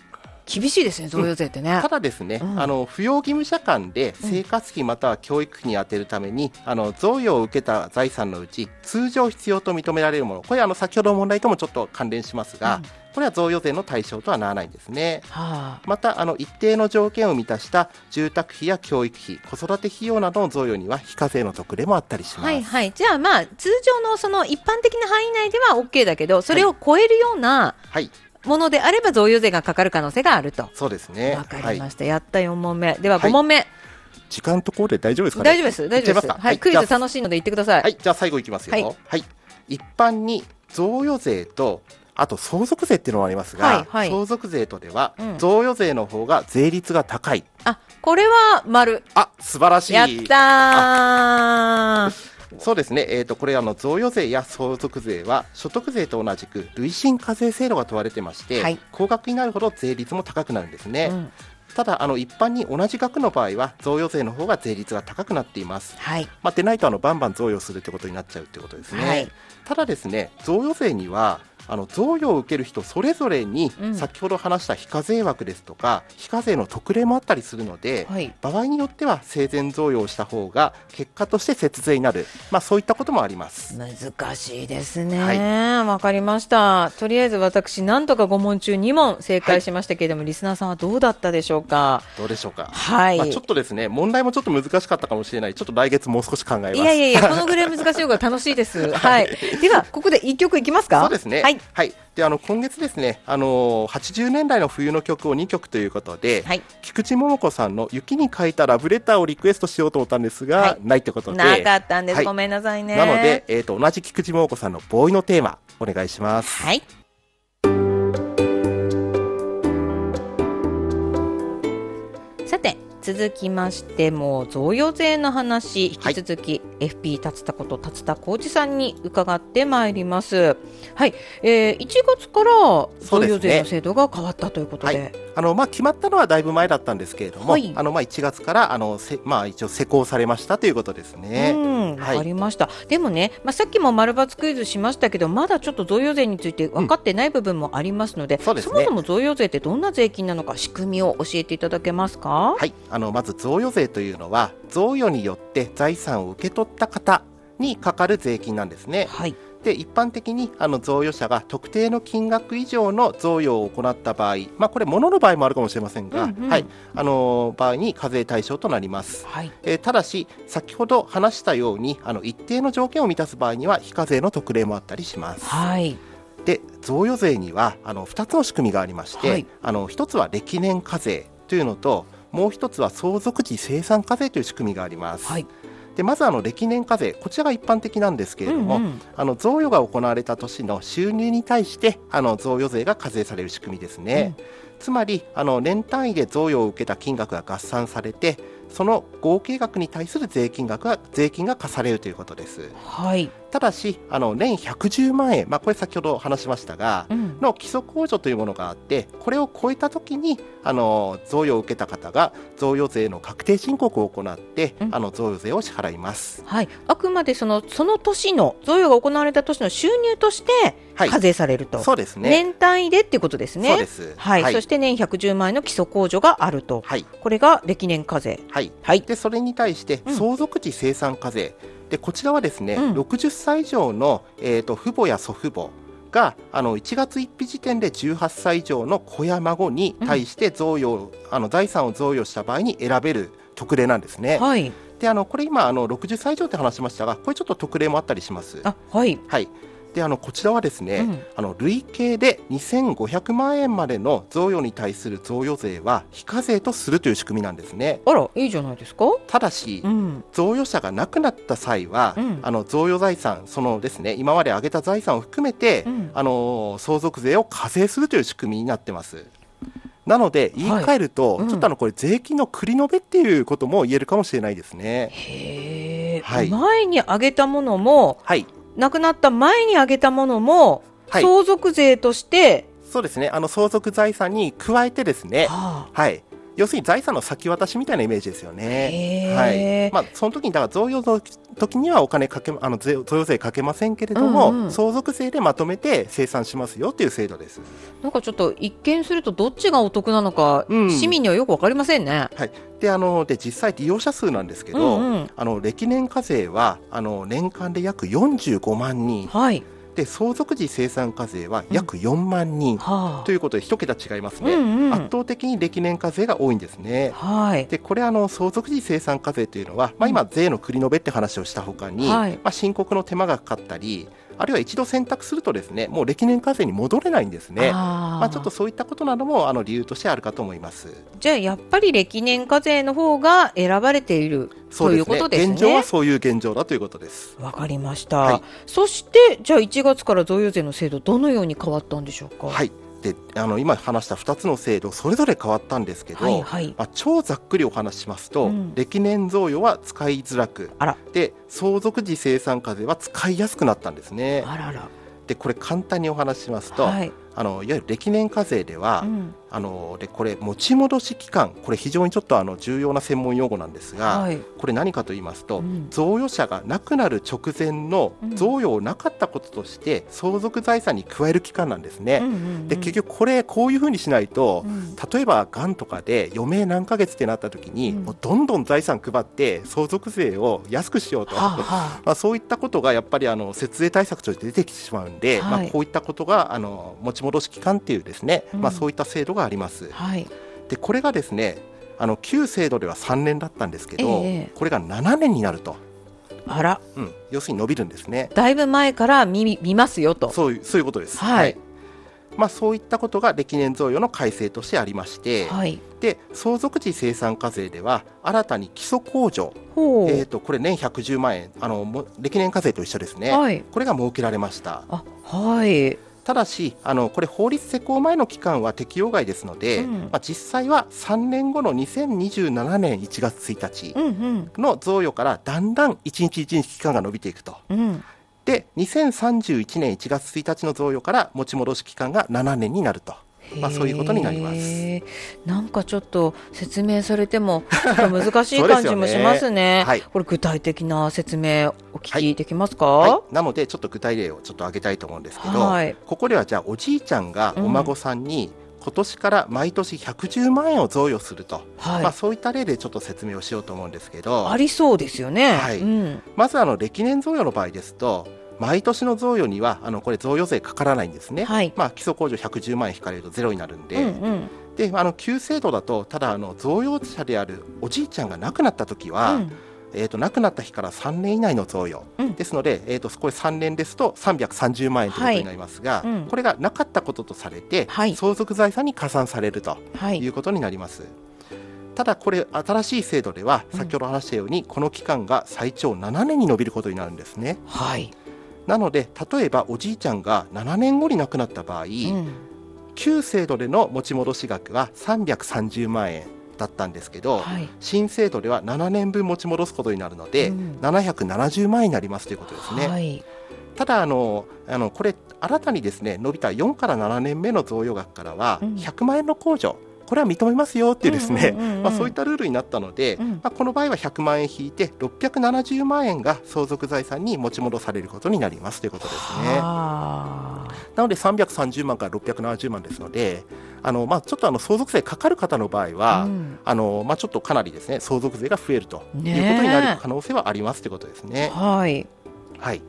Speaker 1: 厳しいですね、贈与税ってね
Speaker 2: た。だですね、
Speaker 1: うん
Speaker 2: あの扶養義務者間で生活費または教育費に充てるために、あの贈与を受けた財産のうち通常必要と認められるものこれあの先ほどの問題ともちょっと関連しますが、
Speaker 1: うん
Speaker 2: これは贈与税の対象とはならないんですね
Speaker 1: はあ、
Speaker 2: またあの一定の条件を満たした住宅費や教育費子育て費用などの贈与には非課税の特例もあったりします、
Speaker 1: はいはい、じゃあ、まあ、通常のその一般的な範囲内では OK だけど、それを超えるような
Speaker 2: はい
Speaker 1: ものであれば、贈与税がかかる可能性があると。
Speaker 2: そうですね
Speaker 1: わかりま
Speaker 2: はい、
Speaker 1: した、やった4問目、では
Speaker 2: はい
Speaker 1: 5問目、
Speaker 2: 時間ところで大丈夫ですかね
Speaker 1: 大丈夫です、大丈夫
Speaker 2: いっちゃいま
Speaker 1: ですす、
Speaker 2: か
Speaker 1: は、
Speaker 2: はいい
Speaker 1: クイ
Speaker 2: じゃ
Speaker 1: ズ
Speaker 2: あ
Speaker 1: 楽しいので言ってください。
Speaker 2: はいじゃあ最後いきますよ
Speaker 1: はい
Speaker 2: はい、一般に贈与税とあと相続税っていうのもありますが、
Speaker 1: はいはい
Speaker 2: 相続税とでは、
Speaker 1: うん
Speaker 2: 贈与税の方が税率が高い
Speaker 1: あこれは丸
Speaker 2: あ素晴らしい
Speaker 1: やったー
Speaker 2: そうですね、えー、とこれあの、贈与税や相続税は所得税と同じく累進課税制度が問われてまして、
Speaker 1: はい
Speaker 2: 高額になるほど税率も高くなるんですね、
Speaker 1: うん
Speaker 2: ただあの、一般に同じ額の場合は、贈与税の方が税率が高くなっています。
Speaker 1: はい、
Speaker 2: まあ、でないとあのバンバン贈与するってことになっちゃうってことですね、
Speaker 1: はい
Speaker 2: ただですね贈与税にはあの贈与を受ける人それぞれに、
Speaker 1: うん
Speaker 2: 先ほど話した非課税枠ですとか非課税の特例もあったりするので、
Speaker 1: はい
Speaker 2: 場合によっては生前贈与をした方が結果として節税になる、まあ、そういったこともあります。
Speaker 1: 難しいですね、
Speaker 2: は
Speaker 1: わかりました、とりあえず私、なんとか5問中2問正解しましたけれども、リスナーさんはどうだったでしょうか。
Speaker 2: どうでしょうか、
Speaker 1: はい、
Speaker 2: まあ、ちょっとですね問題もちょっと難しかったかもしれないちょっと来月もう少し考えます。
Speaker 1: いやいやいや、このぐらい難しい方が楽しい です。はい。では、ここで一曲いきますか
Speaker 2: そうですね。
Speaker 1: はい。。
Speaker 2: で、あの今月ですね、あのー80年代の冬の曲を2曲ということで、
Speaker 1: はい
Speaker 2: 菊池桃子さんの雪に書いたラブレターをリクエストしようと思ったんですが、
Speaker 1: はい
Speaker 2: ないってことで、
Speaker 1: なかったんです。
Speaker 2: はい
Speaker 1: ごめんなさいね。
Speaker 2: なので、。えっ、と同じ菊池桃子さんのボーイのテーマお願いします。
Speaker 1: はい。さて、続きましても、贈与税の話、引き続き、FP 達田こと達田浩二さんに伺ってまいります。はい。えー、1月から贈
Speaker 2: そうですね
Speaker 1: 与税の制度が変わったということで。
Speaker 2: はいあのまあ決まったのはだいぶ前だったんですけれども、
Speaker 1: はい
Speaker 2: あのまあ1月からあのせまあ一応施行されましたということです
Speaker 1: う
Speaker 2: ね。
Speaker 1: ん、
Speaker 2: はい
Speaker 1: わかりました。でもね、まあ、さっきも丸抜クイズしましたけど、まだちょっと贈与税について分かってない部分もありますので、
Speaker 2: そうですね
Speaker 1: もそも贈与税ってどんな税金なのか、仕組みを教えていただけますか。
Speaker 2: はい、あのまず贈与税というのは贈与によって財産を受け取った方にかかる税金なんですね。
Speaker 1: はい、
Speaker 2: で一般的にあの贈与者が特定の金額以上の贈与を行った場合、まあ、これ、物の場合もあるかもしれませんが、
Speaker 1: うんうん
Speaker 2: はい、あの場合に課税対象となります。
Speaker 1: はい。
Speaker 2: えーただし、先ほど話したようにあの一定の条件を満たす場合には非課税の特例もあったりします。
Speaker 1: はい。
Speaker 2: で贈与税にはあの2つの仕組みがありまして、
Speaker 1: はい
Speaker 2: あの1つは歴年課税というのともう1つは相続時生産課税という仕組みがあります。
Speaker 1: はい。
Speaker 2: でまずあの歴年課税こちらが一般的なんですけれども、
Speaker 1: うんうん
Speaker 2: あの贈与が行われた年の収入に対してあの贈与税が課税される仕組みですね、つまりあの年単位で贈与を受けた金額が合算されてその合計額に対する税金額が税金が課されるということです
Speaker 1: はい。
Speaker 2: ただしあの年110万円、まあ、これ先ほど話しましたが、
Speaker 1: うん。
Speaker 2: の基礎控除というものがあってこれを超えたときにあの贈与を受けた方が贈与税の確定申告を行って、
Speaker 1: うん
Speaker 2: あの贈与税を支払います。
Speaker 1: はい。あくまでその、その年の、贈与が行われた年の収入として、
Speaker 2: はい
Speaker 1: 課税されると。
Speaker 2: そうですね
Speaker 1: 年単位でっていうことですね。
Speaker 2: そうです。
Speaker 1: はい。
Speaker 2: はい
Speaker 1: そして年110万円の基礎控除があると。
Speaker 2: はい
Speaker 1: これが歴年課税。
Speaker 2: はい
Speaker 1: はい。
Speaker 2: でそれに対して
Speaker 1: うん
Speaker 2: 相続時生産課税、でこちらはですね、
Speaker 1: うん
Speaker 2: 60歳以上の、えー、と父母や祖父母があの1月1日時点で18歳以上の子や孫に対して贈与を、あの財産を贈与した場合に選べる特例なんですね。
Speaker 1: はい。
Speaker 2: であのこれ今あの60歳以上って話しましたがこれちょっと特例もあったりします。
Speaker 1: あ、はい。
Speaker 2: はいであのこちらはですね、
Speaker 1: うん
Speaker 2: あの累計で2500万円までの贈与に対する贈与税は非課税とするという仕組みなんですね。
Speaker 1: あら、いいじゃないですか。
Speaker 2: ただし、
Speaker 1: うん。
Speaker 2: 贈与者が亡くなった際は、
Speaker 1: うん
Speaker 2: あの贈与財産、そのですね今まで上げた財産を含めて、
Speaker 1: うん
Speaker 2: あの相続税を課税するという仕組みになってます。なので、言い換えると、
Speaker 1: はいうん
Speaker 2: ちょっとあのこれ、税金の繰り延べっていうことも言えるかもしれないですね。
Speaker 1: へえ、
Speaker 2: はい
Speaker 1: 前にあげたものも、
Speaker 2: はい、
Speaker 1: 亡くなった前にあげたものも、
Speaker 2: はい
Speaker 1: 相続税として、
Speaker 2: そうですね、あの相続財産に加えてですね、
Speaker 1: は
Speaker 2: はい、要するに財産の先渡しみたいなイメージですよね。
Speaker 1: へ
Speaker 2: は
Speaker 1: ー
Speaker 2: いまあ、その時にだから贈与の時にはお金かけあの税贈与税かけませんけれども、
Speaker 1: うんうん
Speaker 2: 相続税でまとめて清算しますよっていう制度です。
Speaker 1: あ、なんかちょっと一見するとどっちがお得なのか、
Speaker 2: うん
Speaker 1: 市民にはよくわかりませんね。
Speaker 2: はい、であので実際利用者数なんですけ
Speaker 1: う
Speaker 2: ど、
Speaker 1: んうん、
Speaker 2: あの歴年課税はあの年間で約45万人
Speaker 1: はい、
Speaker 2: で相続時生産課税は約4万人、
Speaker 1: はあ
Speaker 2: と、いうことで一桁違います
Speaker 1: う
Speaker 2: ね、
Speaker 1: んうん、
Speaker 2: 圧倒的に歴年課税が多いんですね。
Speaker 1: はい、
Speaker 2: でこれあの相続時生産課税というのは、まあ、今、税の繰り延べって話をしたほかに、
Speaker 1: はい
Speaker 2: まあ、申告の手間がかかったりあるいは一度選択するとですねもう歴年課税に戻れないんですね。
Speaker 1: あー
Speaker 2: まあ、ちょっとそういったことなどもあの理由としてあるかと思います。
Speaker 1: じゃあやっぱり歴年課税の方が選ばれている
Speaker 2: そ
Speaker 1: と
Speaker 2: う
Speaker 1: い
Speaker 2: で
Speaker 1: う
Speaker 2: す
Speaker 1: こ
Speaker 2: ね
Speaker 1: とですね。
Speaker 2: 現状はそういう現状だということです。
Speaker 1: わかりました、
Speaker 2: はい
Speaker 1: そしてじゃあ1月から贈与税の制度どのように変わったんでしょうか、
Speaker 2: はいい、であの今話した2つの制度それぞれ変わったんですけど、
Speaker 1: はいはい
Speaker 2: まあ、超ざっくりお話ししますと、
Speaker 1: うん
Speaker 2: 歴年贈与は使いづらく
Speaker 1: あら
Speaker 2: で相続時生産課税は使いやすくなったんですね。
Speaker 1: あらら
Speaker 2: でこれ簡単にお話ししますと、
Speaker 1: はい、
Speaker 2: あのいわゆる歴年課税では、
Speaker 1: うん
Speaker 2: あのでこれ持ち戻し期間これ非常にちょっとあの重要な専門用語なんですが、
Speaker 1: はい
Speaker 2: これ何かと言いますと、
Speaker 1: うん
Speaker 2: 贈与者が亡くなる直前の
Speaker 1: うん
Speaker 2: 贈与をなかったこととして相続財産に加える期間なんです
Speaker 1: うん
Speaker 2: ね。
Speaker 1: うんうん
Speaker 2: で結局これこういうふうにしないと、
Speaker 1: うん
Speaker 2: 例えばがんとかで余命何ヶ月ってなった時に、
Speaker 1: うん
Speaker 2: もうどんどん財産配って相続税を安くしようと。
Speaker 1: はあは
Speaker 2: まあ、そういったことがやっぱりあの節税対策として出てきてしまうんで、
Speaker 1: はい
Speaker 2: まあ、こういったことがあの持ち戻し期間っていうですね、
Speaker 1: うん
Speaker 2: まあ、そういった制度があります
Speaker 1: あ。はい
Speaker 2: でこれがですねあの旧制度では3年だったんですけど、
Speaker 1: ええ
Speaker 2: これが7年になると、
Speaker 1: あら
Speaker 2: うん、要するに伸びるんですね。
Speaker 1: だいぶ前から見見ますよと
Speaker 2: そういうそういうことです、
Speaker 1: はい
Speaker 2: まあ、そういったことが歴年贈与の改正としてありまして、
Speaker 1: はい
Speaker 2: で相続時生産課税では新たに基礎控除、
Speaker 1: ほう、
Speaker 2: えー、とこれ年110万円あのも歴年課税と一緒ですね、
Speaker 1: はい
Speaker 2: これが設けられました。
Speaker 1: あはい
Speaker 2: ただしあのこれ法律施行前の期間は適用外ですので、
Speaker 1: うん
Speaker 2: まあ、実際は3年後の2027年1月1
Speaker 1: う
Speaker 2: 日
Speaker 1: ん
Speaker 2: の贈与からだんだん1日1日期間が伸びていくと
Speaker 1: うんうん
Speaker 2: で2031年1月1日の贈与から持ち戻し期間が7年になると、まあ、そういうことになります。
Speaker 1: へーなんかちょっと説明されて もちょっと難しい
Speaker 2: そうで
Speaker 1: 感
Speaker 2: す
Speaker 1: じ
Speaker 2: よね
Speaker 1: もしますね。
Speaker 2: はい
Speaker 1: これ具体的な説明お聞きできますか？
Speaker 2: はい、なのでちょっと具体例をちょっと挙げたいと思うんですけど、
Speaker 1: はい
Speaker 2: ここではじゃあおじいちゃんがお孫さんに今年から毎年110万円を贈与すると、
Speaker 1: はい
Speaker 2: まあ、そういった例でちょっと説明をしようと思うんですけど
Speaker 1: ありそうですよね。
Speaker 2: はい
Speaker 1: うん、
Speaker 2: まずあの歴年贈与の場合ですと毎年の贈与にはあのこれ贈与税かからないんですね、
Speaker 1: はい
Speaker 2: まあ、基礎控除110万円引かれるとゼロになるんで,、
Speaker 1: うんうん
Speaker 2: であの旧制度だとただあの贈与者であるおじいちゃんが亡くなった時は、
Speaker 1: うん
Speaker 2: えー、と亡くなった日から3年以内の贈与、
Speaker 1: うん
Speaker 2: ですので、えー、とこれ3年ですと330万円ということになります
Speaker 1: は
Speaker 2: が、
Speaker 1: いうん
Speaker 2: これがなかったこととされて、
Speaker 1: はい
Speaker 2: 相続財産に加算されると
Speaker 1: はいいう
Speaker 2: ことになります。ただこれ新しい制度では
Speaker 1: うん
Speaker 2: 先ほど話したように、この期間が最長7年に伸びることになるんですね
Speaker 1: はい、
Speaker 2: なので例えばおじいちゃんが7年後に亡くなった場合、
Speaker 1: うん
Speaker 2: 旧制度での持ち戻し額は330万円だったんですけど、
Speaker 1: はい
Speaker 2: 新制度では7年分持ち戻すことになるので、
Speaker 1: うん
Speaker 2: 770万円になりますということですね。
Speaker 1: はい
Speaker 2: ただあのあのこれ新たにですね伸びた4から7年目の贈与額からは
Speaker 1: うん
Speaker 2: 100万円の控除これは認めますよっていうです
Speaker 1: う
Speaker 2: ね、
Speaker 1: んうんうんうん
Speaker 2: まあ、そういったルールになったので、
Speaker 1: うん
Speaker 2: まあ、この場合は100万円引いて670万円が相続財産に持ち戻されることになりますということですね。
Speaker 1: はあ
Speaker 2: なので330万から670万ですのであの、まあ、ちょっとあの相続税かかる方の場合は、
Speaker 1: うん
Speaker 2: あのまあ、ちょっとかなりですね相続税が増えるということ
Speaker 1: ねえ
Speaker 2: になる可能性はありますということですね。
Speaker 1: はい
Speaker 2: はい、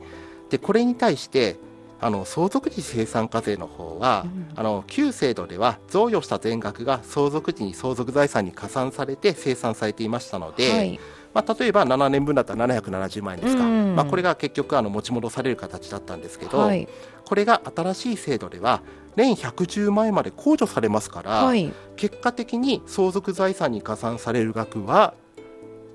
Speaker 2: でこれに対してあの相続時生産課税の方は、
Speaker 1: うん
Speaker 2: あの旧制度では贈与した全額が相続時に相続財産に加算されて清算されていましたので、
Speaker 1: はい
Speaker 2: まあ、例えば7年分だったら770万円ですか、
Speaker 1: うん
Speaker 2: まあ、これが結局あの持ち戻される形だったんですけど、
Speaker 1: はい
Speaker 2: これが新しい制度では年110万円まで控除されますから、
Speaker 1: はい
Speaker 2: 結果的に相続財産に加算される額は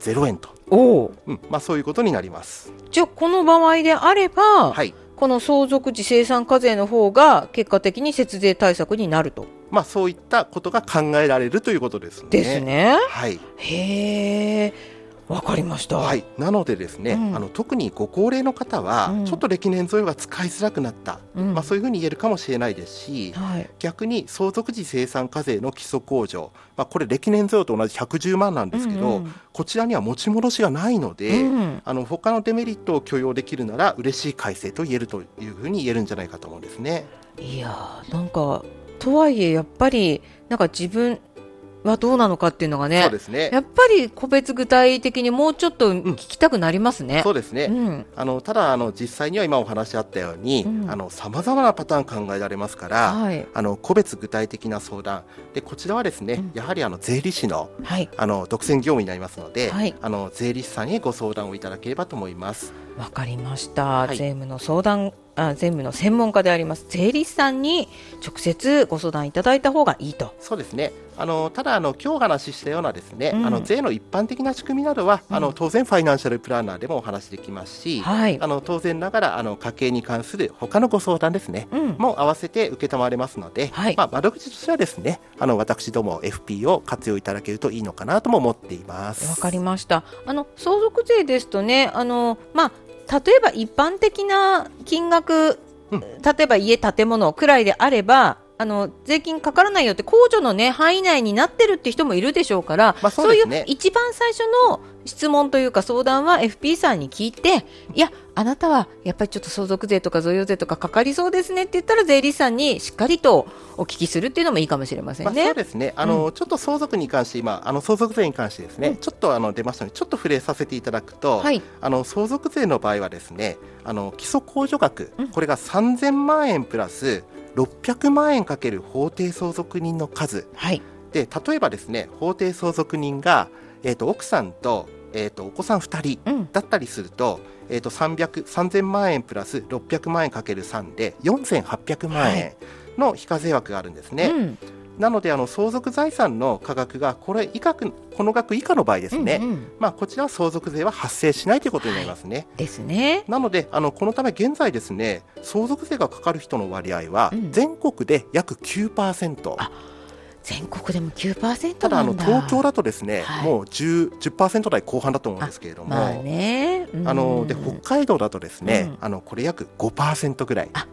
Speaker 2: 0円と、
Speaker 1: おお
Speaker 2: うんまあ、そういうことになります。
Speaker 1: じゃあこの場合であれば、
Speaker 2: はい
Speaker 1: この相続時生産課税の方が結果的に節税対策になると
Speaker 2: まあ、そういったことが考えられるということですね。
Speaker 1: ですね。
Speaker 2: はい、
Speaker 1: へえ、わかりました。
Speaker 2: はい、なのでですね、
Speaker 1: うん
Speaker 2: あの特にご高齢の方は、
Speaker 1: うん
Speaker 2: ちょっと歴年贈与が使いづらくなった、
Speaker 1: うん
Speaker 2: まあ、そういうふうに言えるかもしれないですし、
Speaker 1: はい。
Speaker 2: 逆に相続時生産課税の基礎控除、まあ、これ、歴年贈与と同じ110万なんですけど、
Speaker 1: うんうん
Speaker 2: こちらには持ち戻しがないので、
Speaker 1: うん
Speaker 2: あの他のデメリットを許容できるなら嬉しい改正と言えるというふうに言えるんじゃないかと思うんですね。
Speaker 1: いやー、なんかとはいえやっぱりなんか自分はどうなのかっていうのがね
Speaker 2: そう、ですね
Speaker 1: やっぱり個別具体的にもうちょっと聞きたくなりますね。
Speaker 2: そうですね、
Speaker 1: うん。
Speaker 2: あのただあの、実際には今お話あったように
Speaker 1: うん
Speaker 2: さまざまなパターン考えられますから、
Speaker 1: はい。
Speaker 2: あの個別具体的な相談でこちらはですね、
Speaker 1: うん
Speaker 2: やはりあの税理士の
Speaker 1: はい。
Speaker 2: あの独占業務になりますので、
Speaker 1: はい
Speaker 2: あの税理士さんへご相談をいただければと思います。
Speaker 1: わかりました。
Speaker 2: はい
Speaker 1: 税務の相談、あ、税務の専門家であります税理士さんに直接ご相談いただいた方がいいと。
Speaker 2: そうですね。あのただあの今日お話ししたようなですね、
Speaker 1: うん
Speaker 2: あの税の一般的な仕組みなどは、
Speaker 1: うん
Speaker 2: あの当然ファイナンシャルプランナーでもお話しできますし、
Speaker 1: はい
Speaker 2: あ。の当然ながらあの家計に関する他のご相談ですね。
Speaker 1: うん。
Speaker 2: も合わせて受けたまれますので、
Speaker 1: はい
Speaker 2: まあ、窓口としてはですねあの私ども FP を活用いただけるといいのかなとも思っています。
Speaker 1: わかりました。あの相続税ですとね、あのまあ例えば一般的な金額、
Speaker 2: うん
Speaker 1: 例えば家建物くらいであれば。あの税金かからないよって控除の、ね、範囲内になってるって人もいるでしょうから、
Speaker 2: まあそうです
Speaker 1: い
Speaker 2: ね
Speaker 1: う一番最初の質問というか相談は FP さんに聞いていや、あなたはやっぱりちょっと相続税とか贈与税とかかかりそうですねって言ったら税理士さんにしっかりとお聞きするっていうのもいいかもしれませ
Speaker 2: ま
Speaker 1: ん
Speaker 2: あ、
Speaker 1: ね。
Speaker 2: そうですね、あのちょっと相続に関して、今、あの相続税に関してですね、
Speaker 1: うん
Speaker 2: ちょっとあの出ましたので、ちょっと触れさせていただくと、
Speaker 1: はい
Speaker 2: あの相続税の場合はですね、あの基礎控除額
Speaker 1: うん、
Speaker 2: これが3000万円プラス600万円かける法定相続人の数
Speaker 1: はい
Speaker 2: で、例えばですね、法定相続人が、えー、と奥さんと,、えー、とお子さん2人
Speaker 1: うん
Speaker 2: だったりすると、えー、と300 3000万円プラス600万円かける3で、4800万
Speaker 1: は
Speaker 2: 円の非課税枠があるんですね。
Speaker 1: うん
Speaker 2: なのであの相続財産の価格がこれ以下くこの額以下の場合ですね、
Speaker 1: うんうん
Speaker 2: まあ、こちらは相続税は発生しないということになりますね。
Speaker 1: ですね。
Speaker 2: なのであのこのため現在ですね相続税がかかる人の割合は
Speaker 1: うん
Speaker 2: 全国で約9%、
Speaker 1: あ全国でも9%
Speaker 2: ただあ
Speaker 1: な
Speaker 2: の
Speaker 1: んだ
Speaker 2: 東京だとですね、
Speaker 1: はい
Speaker 2: もう 10, 10%台後半だと思うんですけれども。
Speaker 1: まあね、うん
Speaker 2: あので北海道だとですね、
Speaker 1: う
Speaker 2: あのこれ約5%ぐらい
Speaker 1: あ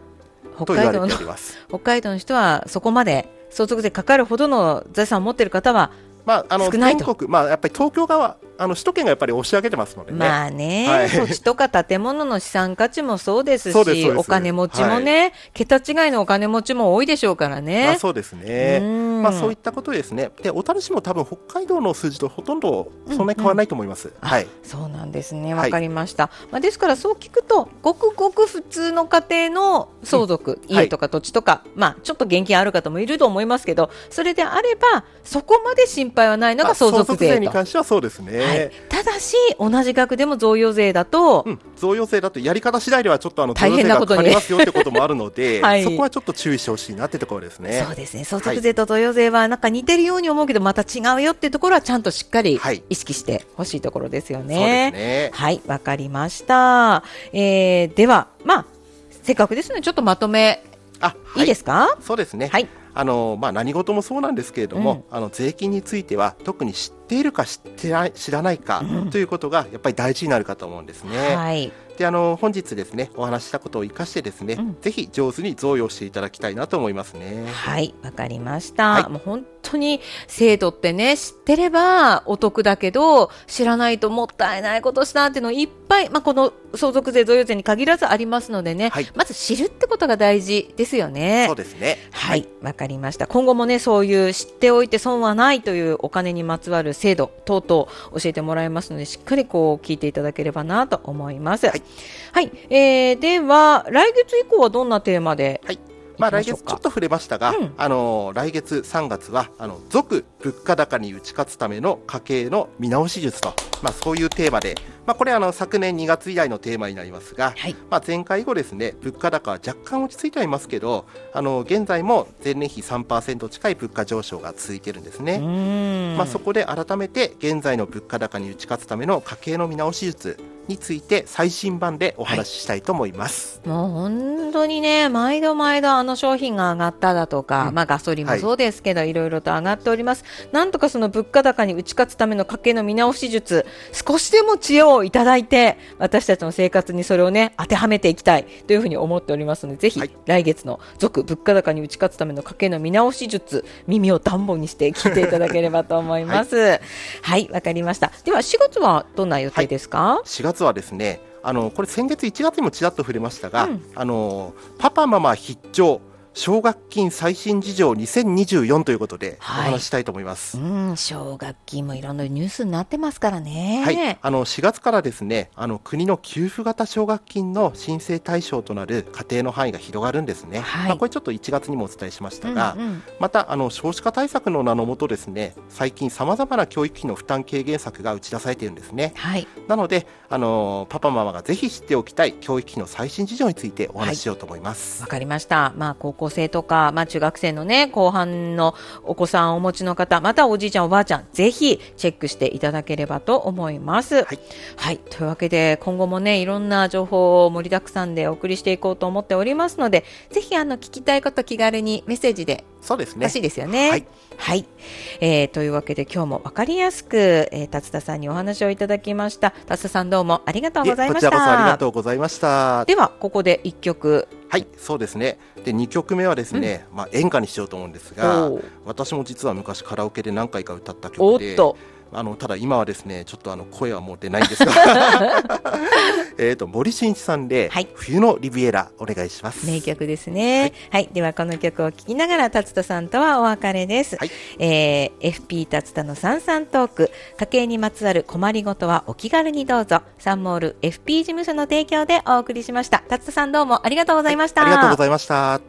Speaker 2: と
Speaker 1: 北
Speaker 2: 言わ
Speaker 1: 海
Speaker 2: れ
Speaker 1: 道
Speaker 2: て
Speaker 1: の
Speaker 2: おります。
Speaker 1: 北海道の人はそこまで相続税かかるほどの財産を持ってる方は、
Speaker 2: まああの
Speaker 1: 少ない
Speaker 2: 全
Speaker 1: と
Speaker 2: 国まあやっぱり東京側あの首都圏がやっぱり押し上げてますのでね。
Speaker 1: まあね、
Speaker 2: はい
Speaker 1: 土地とか建物の資産価値もそうです
Speaker 2: そうです
Speaker 1: し
Speaker 2: そうです
Speaker 1: お金持ちもね、桁違いのお金持ちも多いでしょうからね。
Speaker 2: まあ、そうですね。
Speaker 1: うん
Speaker 2: まあそういったことですね。で、小樽市も多分北海道の数字とほとんどそんなに変わらないと思います。はい。
Speaker 1: そうなんですね、
Speaker 2: はい
Speaker 1: わかりました。まあ、ですから、そう聞くと、ごくごく普通の家庭の相続、
Speaker 2: うんはい
Speaker 1: 家とか土地とか、まあ、ちょっと現金ある方もいると思いますけど、それであれば、そこまで心配はないのが
Speaker 2: あ
Speaker 1: 相続税と。
Speaker 2: に
Speaker 1: は
Speaker 2: 関してはそうですね。
Speaker 1: い、ただし、同じ額でも贈与税だと、
Speaker 2: うん、贈与税だとやり方次第ではちょっとあの
Speaker 1: 大変
Speaker 2: 贈
Speaker 1: なこ
Speaker 2: 与
Speaker 1: と
Speaker 2: 税がか
Speaker 1: に
Speaker 2: かりますよってこともあるの で、
Speaker 1: はい
Speaker 2: そこはちょっと注意してほしいなってところですね。
Speaker 1: そうですね相続税と贈与税はなんか似てるように思うけど、また違うよっていうところはちゃんとしっかり
Speaker 2: はい
Speaker 1: 意識してほしいところですよ
Speaker 2: そうですね
Speaker 1: はい、わかりました。えー、では、まあ、せっかくですので、ちょっとまとめ、
Speaker 2: あ、。
Speaker 1: いいですすか、
Speaker 2: そうですね。
Speaker 1: はい
Speaker 2: あのまあ、何事もそうなんですけれども、あの税金については特に知っているか知ってない知らないかということがやっぱり大事になるかと思うんですね。
Speaker 1: はい。
Speaker 2: であの本日ですねお話ししたことを生かしてですね、
Speaker 1: うん
Speaker 2: ぜひ上手に贈与していただきたいなと思いますね。
Speaker 1: はい、わかりました。
Speaker 2: はい
Speaker 1: もう本当に制度ってね、知ってればお得だけど、知らないともったいないことしたっていうのいっぱい、まあ、この相続税、贈与税に限らずありますのでね、
Speaker 2: はい
Speaker 1: まず知るってことが大事ですよね。
Speaker 2: そうですね。
Speaker 1: はい、わかりました。今後もね、そういう知っておいて損はないというお金にまつわる制度等々教えてもらいますので、しっかりこう聞いていただければなと思います。は
Speaker 2: はいい、
Speaker 1: えーでは来月以降はどんなテーマで、
Speaker 2: はい。まあ
Speaker 1: 行
Speaker 2: 来
Speaker 1: きましょう
Speaker 2: 月
Speaker 1: か
Speaker 2: ちょっと触れましたが、
Speaker 1: うん
Speaker 2: あの来月3月はあの続物価高に打ち勝つための家計の見直し術と、まあそういうテーマで、まあこれあの昨年2月以来のテーマになりますが、
Speaker 1: はい、
Speaker 2: まあ前回以後ですね、物価高は若干落ち着いてはいますけど、あの現在も前年比3%近い物価上昇が続いてるんですね。
Speaker 1: うーん
Speaker 2: まあ、そこで改めて現在の物価高に打ち勝つための家計の見直し術について最新版でお話ししたいと思います。
Speaker 1: もう本当にね、毎度毎度あの商品が上がっただとか、
Speaker 2: うん
Speaker 1: まあガソリンも
Speaker 2: はい
Speaker 1: そうですけど、い、ろいろと上がっております。なんとかその物価高に打ち勝つための家計の見直し術、少しでも知恵をいただいて、私たちの生活にそれをね、当てはめていきたいというふうに思っておりますので、ぜひ
Speaker 2: はい
Speaker 1: 来月の続物価高に打ち勝つための家計の見直し術、耳を暖房にして聞いていただければと思い ます。はい、わ、かりました。では4月はどんな予定ですか、
Speaker 2: 4月はですねあのこれ先月1月にもちらっと触れましたが、
Speaker 1: うん
Speaker 2: あのパパママ必聴奨学金最新事情2024ということでお
Speaker 1: はい
Speaker 2: 話ししたいと思います。
Speaker 1: うん、奨学金もいろんなニュースになってますからね。
Speaker 2: はい、あの4月からですねあの国の給付型奨学金の申請対象となる家庭の範囲が広がるんですね、
Speaker 1: はい
Speaker 2: まあ、これちょっと1月にもお伝えしましたが、
Speaker 1: うんうん
Speaker 2: またあの少子化対策の名のもとですね最近さまざまな教育費の負担軽減策が打ち出されているんですね
Speaker 1: はい、
Speaker 2: なのであのパパママがぜひ知っておきたい教育費の最新事情についてお話ししようと思います、
Speaker 1: わかりました。まあ、高校生とか、まあ、中学生のね、後半のお子さんをお持ちの方、またおじいちゃん、おばあちゃん、ぜひチェックしていただければと思います。
Speaker 2: はい。
Speaker 1: というわけで、今後もね、いろんな情報を盛りだくさんでお送りしていこうと思っておりますので、ぜひ、あの、聞きたいこと気軽にメッセージで
Speaker 2: そうですね
Speaker 1: らしいですよね。は
Speaker 2: はいい、
Speaker 1: えーというわけで今日もわかりやすく、えー、達田さんにお話をいただきました。達田さんどうもありがとう
Speaker 2: いえ
Speaker 1: ござい
Speaker 2: こ
Speaker 1: ま
Speaker 2: ち
Speaker 1: した。
Speaker 2: らこそありがとうございました
Speaker 1: ではここで一曲。
Speaker 2: はいそうですねで2曲目はですね、まあ演歌にしようと思うんですが
Speaker 1: おう
Speaker 2: 私も実は昔カラオケで何回か歌った
Speaker 1: おっ
Speaker 2: 曲で
Speaker 1: と、
Speaker 2: あのただ今はですねちょっとあの声はもう出ない んですがえーと森進一さんで、
Speaker 1: はい
Speaker 2: 冬のリビエラお願いします
Speaker 1: 名曲ですね。はい、ではこの曲を聴きながら達田さんとはお別れです。
Speaker 2: はい
Speaker 1: えー FP 達田の三三トーク家計にまつわる困りごとはお気軽にどうぞサンモール FP 事務所の提供でお送りしました。達田さんどうもありがとうございました。
Speaker 2: ありがとうございました。